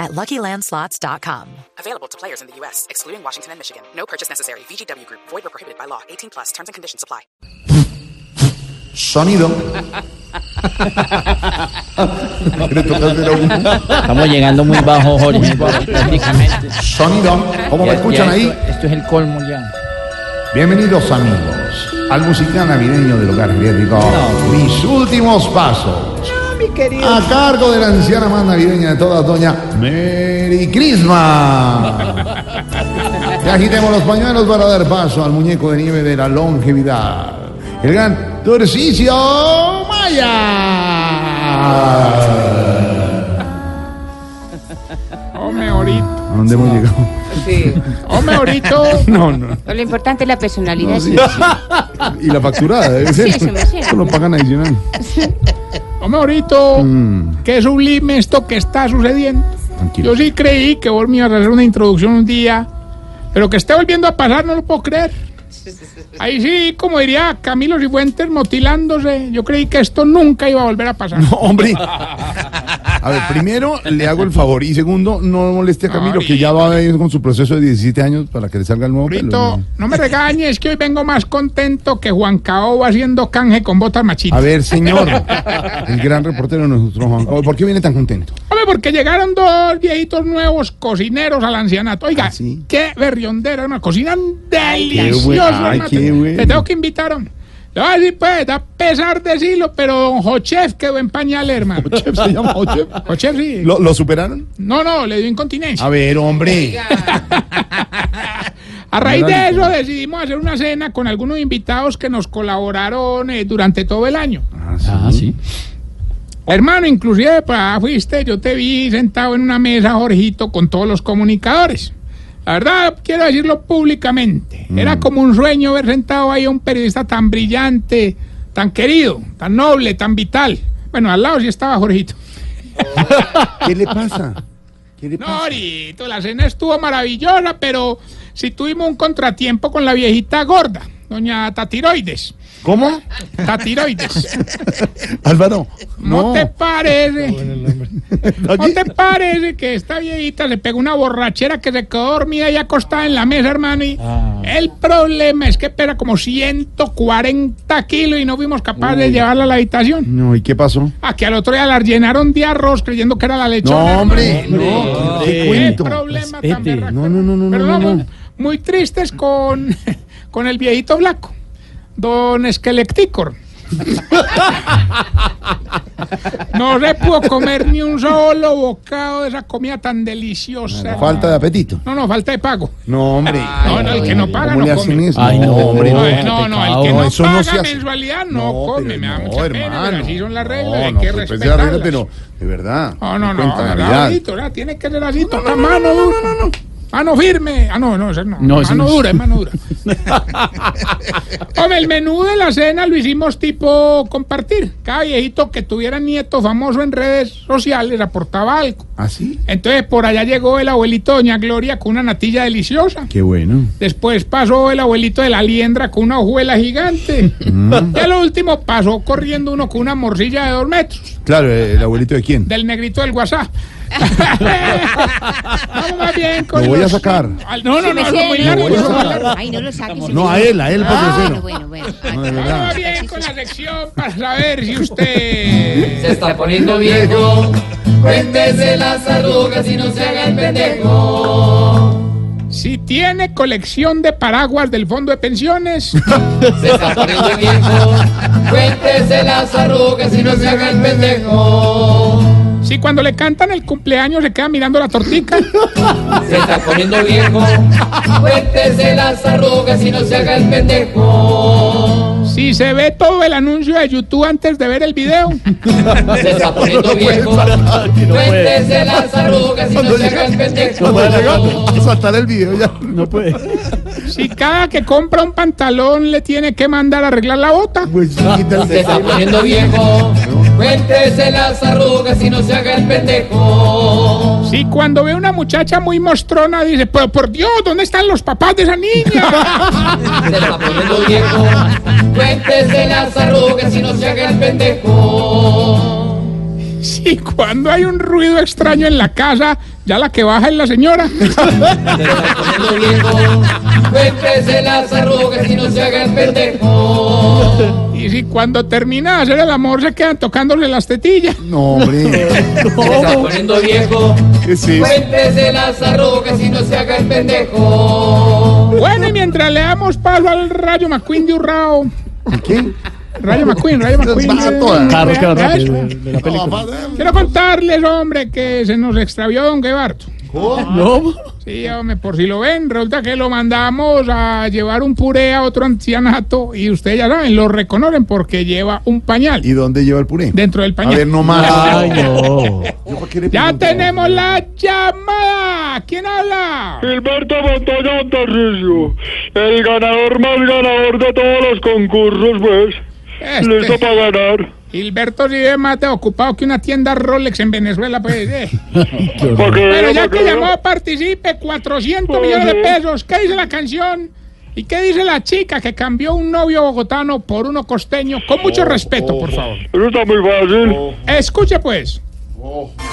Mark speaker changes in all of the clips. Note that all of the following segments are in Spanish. Speaker 1: at luckylandslots.com.
Speaker 2: Available to players in the U.S., excluding Washington and Michigan. No purchase necessary. VGW Group, void or prohibited by law. 18 plus terms and conditions apply.
Speaker 3: Sonido. Le toca el dedo.
Speaker 4: Estamos llegando muy bajo, Jorge, técnicamente.
Speaker 3: Sonido. ¿Cómo me
Speaker 4: Ya-
Speaker 3: escuchan
Speaker 4: ya
Speaker 3: ahí?
Speaker 4: Esto, esto es el colmo ya.
Speaker 3: Bienvenidos amigos al musical navideño del hogar geriátrico. Mis últimos pasos. A cargo de la anciana más navideña de todas, doña Merry Christmas. Y agitemos los pañuelos para dar paso al muñeco de nieve de la longevidad. El gran Torcicio Maya.
Speaker 5: Hombre, ahorita.
Speaker 3: ¿A dónde hemos llegado?
Speaker 6: Sí.
Speaker 5: Hombre, ahorita.
Speaker 3: No, no.
Speaker 6: Pero Lo importante es la personalidad.
Speaker 3: No, sí, sí. Y la facturada, debe ser.
Speaker 6: eso me sirve.
Speaker 3: Eso lo pagan adicional.
Speaker 5: Hombre, ahorita. Qué sublime esto que está sucediendo.
Speaker 3: Mm. Tranquilo.
Speaker 5: Yo sí creí que vos me ibas a hacer una introducción un día. Pero que esté volviendo a pasar, no lo puedo creer. Ahí sí, como diría Camilo Cifuentes, motilándose. Yo creí que esto nunca iba a volver a pasar.
Speaker 3: Hombre. A ver, primero le hago el favor y segundo, no moleste a Camilo, que ya va a ir con su proceso de 17 años para que le salga el nuevo pelo.
Speaker 5: Ahorita,
Speaker 3: ¿no?
Speaker 5: no me regañes, que hoy vengo más contento que Juan Caoba haciendo canje con botas machitas.
Speaker 3: A ver, señor, el gran reportero nuestro Juan. Pablo, ¿Por qué viene tan contento?
Speaker 5: Hombre, porque llegaron dos viejitos nuevos cocineros al ancianato. Oiga,
Speaker 3: ¿Ah, sí?
Speaker 5: qué berriondera, hermano. Cocinan
Speaker 3: qué
Speaker 5: delicioso,
Speaker 3: bueno, ay,
Speaker 5: hermano.
Speaker 3: qué bueno.
Speaker 5: Te tengo que invitar, hombre. Le voy a decir, pues, da pesar decirlo, pero don Jochef quedó en pañal, hermano.
Speaker 3: Chef, ¿Se llama o Chef?
Speaker 5: Jochef, sí.
Speaker 3: ¿Lo, lo superaron?
Speaker 5: No, no, le dio incontinencia.
Speaker 3: A ver, hombre. Ah,
Speaker 5: A raíz
Speaker 3: Era
Speaker 5: de
Speaker 3: rico.
Speaker 5: eso decidimos hacer una cena con algunos invitados que nos colaboraron eh, durante todo el año.
Speaker 4: Ah, sí.
Speaker 5: Hermano, inclusive para fuiste, yo te vi sentado en una mesa, Jorgito, con todos los comunicadores. La verdad, quiero decirlo públicamente. Era como un sueño ver sentado ahí a un periodista tan brillante, tan querido, tan noble, tan vital. Bueno, al lado sí estaba Jorgito.
Speaker 3: ¿Qué le pasa? ¿Qué le
Speaker 5: No,
Speaker 3: pasa?
Speaker 5: Jorgito, la cena estuvo maravillosa, pero sí tuvimos un contratiempo con la viejita gorda, doña Tatiroides.
Speaker 3: ¿Cómo?
Speaker 5: Tatiroides.
Speaker 3: Álvaro.
Speaker 5: ¿No,
Speaker 3: No.
Speaker 5: te parece? ¿No
Speaker 3: Oye,
Speaker 5: te parece que esta viejita le pegó una borrachera que se quedó dormida y acostada en la mesa, hermano? Y El problema es que pesa como 140 kilos y no fuimos capaces de llevarla a la habitación.
Speaker 3: No, ¿y qué pasó?
Speaker 5: A Ah, que al otro día la llenaron de arroz creyendo que era la lechona.
Speaker 3: No, hombre,
Speaker 5: hermano.
Speaker 3: no,
Speaker 4: no,
Speaker 3: ¿qué
Speaker 4: no.
Speaker 3: cuento?
Speaker 5: Qué problema tan
Speaker 4: Respete.
Speaker 5: berraco.
Speaker 3: No, no, no, no,
Speaker 5: Pero
Speaker 3: no, no.
Speaker 5: vamos, muy tristes con, con el viejito blanco, don Esquelecticor. No le pudo comer ni un solo bocado de esa comida tan deliciosa.
Speaker 3: Falta de apetito.
Speaker 5: No, no, falta de pago.
Speaker 3: No, hombre.
Speaker 5: Ah, No, no, el que no paga
Speaker 3: ¿Cómo le
Speaker 5: no
Speaker 3: hacen
Speaker 5: come.
Speaker 3: eso?
Speaker 4: Ay, no,
Speaker 3: hombre,
Speaker 5: No,
Speaker 4: no,
Speaker 5: eh, no,
Speaker 4: qué
Speaker 5: no,
Speaker 4: pecado.
Speaker 5: el que no,
Speaker 3: eso no se
Speaker 5: paga
Speaker 3: hace.
Speaker 5: mensualidad no, come.
Speaker 3: pero
Speaker 5: Me da
Speaker 3: no,
Speaker 5: mucha pena, pero así son las reglas, hay
Speaker 3: pues, pues,
Speaker 5: que
Speaker 3: es la regla,
Speaker 5: respetarlas.
Speaker 3: pero de verdad.
Speaker 5: No, no, no,
Speaker 3: cuenta
Speaker 5: no,
Speaker 3: Navidad.
Speaker 5: Raulito, ya, tiene que ser así, toca mano dura. Mano firme. Ah, no, no, ese no.
Speaker 4: No, ese
Speaker 5: mano
Speaker 4: no es.
Speaker 5: dura, es mano dura. Hombre, el menú de la cena lo hicimos tipo compartir. Cada viejito que tuviera nieto famoso en redes sociales aportaba algo.
Speaker 3: ¿Ah, sí?
Speaker 5: Entonces, por allá llegó el abuelito Doña Gloria con una natilla deliciosa.
Speaker 3: Qué bueno.
Speaker 5: Después pasó el abuelito de la liendra con una hojuela gigante.
Speaker 4: Mm.
Speaker 5: Y al último pasó corriendo uno con una morcilla de dos metros
Speaker 3: Claro, eh, ¿el abuelito de quién?
Speaker 5: del negrito del WhatsApp. Vamos más bien con
Speaker 3: Lo voy a
Speaker 5: los-
Speaker 3: sacar.
Speaker 5: Al- No, no, no,
Speaker 6: Me
Speaker 5: no, muy
Speaker 6: sé,
Speaker 5: largo,
Speaker 3: voy a
Speaker 5: eso va
Speaker 3: sacar.
Speaker 5: largo.
Speaker 6: Ay, no lo saques.
Speaker 3: No, a él, a él, porque
Speaker 6: Ah,
Speaker 3: cero.
Speaker 6: bueno, bueno.
Speaker 3: No, de
Speaker 5: Vamos más
Speaker 3: verdad.
Speaker 5: bien con la sección para saber si usted...
Speaker 7: Se está poniendo viejo. Cuéntese las arrugas y no se haga el pendejo.
Speaker 5: Si tiene colección de paraguas del fondo de pensiones,
Speaker 7: Se está poniendo viejo. Cuéntese las arrugas y no se haga el pendejo.
Speaker 5: si cuando le cantan el cumpleaños se queda mirando la tortica,
Speaker 7: Se está poniendo viejo. Cuéntese las arrugas y no se haga el pendejo.
Speaker 5: Si se ve todo el anuncio de YouTube antes de ver el video.
Speaker 7: Se está poniendo viejo. Cuéntese las arrugas y no se haga el pendejo.
Speaker 3: Cuando llega a saltar el video ya.
Speaker 4: No puede.
Speaker 5: Si cada que compra un pantalón le tiene que mandar a arreglar la bota.
Speaker 3: Pues chiquita,
Speaker 7: Se está poniendo viejo. Cuéntese las arrugas y no se haga el pendejo.
Speaker 5: Si cuando ve una muchacha muy mostrona dice, pero por Dios, ¿dónde están los papás de esa niña?
Speaker 7: Se está poniendo viejo. Cuéntese las arrugas y no se haga el pendejo.
Speaker 5: Si cuando hay un ruido extraño en la casa, ya la que baja es la señora.
Speaker 7: Poniendo viejo. Cuéntese las arrugas y no se haga el pendejo.
Speaker 5: Y si cuando termina de hacer el amor se quedan tocándole las tetillas.
Speaker 3: No, hombre.
Speaker 7: Se está poniendo viejo.
Speaker 3: Sí.
Speaker 7: Cuéntese las arrugas y no se haga el pendejo.
Speaker 5: Bueno, y mientras le damos paso al Rayo McQueen de Urrao.
Speaker 3: ¿Quién?
Speaker 5: Rayo McQueen, Rayo McQueen.
Speaker 3: Vas a
Speaker 5: eh,
Speaker 3: todas.
Speaker 5: vea,
Speaker 4: Carros que van
Speaker 5: vea
Speaker 4: rápido
Speaker 5: eso.
Speaker 4: de, de la película.
Speaker 5: Quiero contarles, hombre, que se nos extravió Don Guevardo.
Speaker 4: No.
Speaker 5: Sí, hombre, por si lo ven, resulta que lo mandamos a llevar un puré a otro ancianato y ustedes ya saben, lo reconocen porque lleva un pañal
Speaker 3: ¿Y dónde lleva el puré?
Speaker 5: dentro del
Speaker 3: A
Speaker 5: pañal.
Speaker 3: ver, no más.
Speaker 4: Ay,
Speaker 3: Yo
Speaker 4: no.
Speaker 3: para qué le
Speaker 5: Ya
Speaker 3: pregunto.
Speaker 5: tenemos la llamada. ¿Quién habla?
Speaker 8: Gilberto Montoya Tarricio, el ganador más ganador de todos los concursos, pues.
Speaker 5: Este.
Speaker 8: Listo para ganar.
Speaker 5: Gilberto si ve más de ocupado que una tienda Rolex en Venezuela, pues. eh.
Speaker 8: Porque
Speaker 5: Pero ya que llamó, participe, 400 millones de pesos. ¿Qué dice la canción? ¿Y qué dice la chica que cambió un novio bogotano por uno costeño? Con
Speaker 4: Oh,
Speaker 5: mucho respeto, por favor.
Speaker 8: Eso está muy fácil.
Speaker 5: Escuche, pues.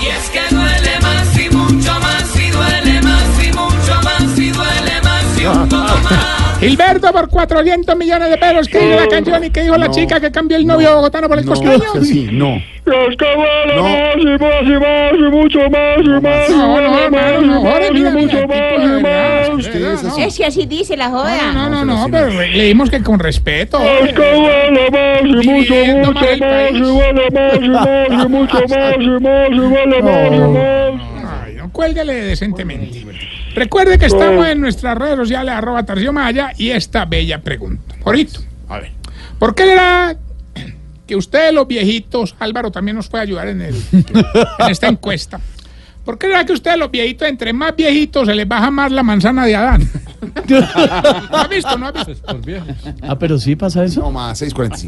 Speaker 9: Y es que duele más y mucho más y duele más y mucho más y duele más y un poco más.
Speaker 5: Gilberto por 400 millones de pesos. ¿Qué dice la canción? ¿Y qué dijo la chica que cambió el novio bogotano por el costeño?
Speaker 3: No, sí, no.
Speaker 8: Los que vuelan
Speaker 3: No.
Speaker 8: más y más y más y mucho más y más y
Speaker 5: No,
Speaker 8: más
Speaker 5: no,
Speaker 8: y más
Speaker 5: no,
Speaker 8: y
Speaker 5: no,
Speaker 8: más
Speaker 5: joder,
Speaker 8: y
Speaker 5: mira, mira,
Speaker 8: mucho
Speaker 5: el tipo
Speaker 8: más
Speaker 5: de
Speaker 8: y
Speaker 5: verdad,
Speaker 8: más.
Speaker 5: ustedes
Speaker 3: No,
Speaker 5: así.
Speaker 6: Es que así dice la joda.
Speaker 5: No, no, no, pero le dimos que con respeto.
Speaker 8: Los que vuelan más y mucho,
Speaker 5: Dividiendo
Speaker 8: mucho
Speaker 5: más el
Speaker 8: más y
Speaker 5: país.
Speaker 8: vuelan más y más y mucho más y más y vuelan más y más.
Speaker 5: Ay, no, cuélguele decentemente. Recuerde que estamos en nuestras redes sociales, arroba Tarcio Maya, y esta bella pregunta. Jorito, a ver, ¿por qué era que ustedes los viejitos, Álvaro también nos puede ayudar en, el, en esta encuesta, ¿por qué era que ustedes los viejitos, entre más viejitos, se les baja más la manzana de Adán? ¿No ha visto? ¿No ha visto?
Speaker 4: Ah, pero sí pasa eso.
Speaker 3: No más, 6.45.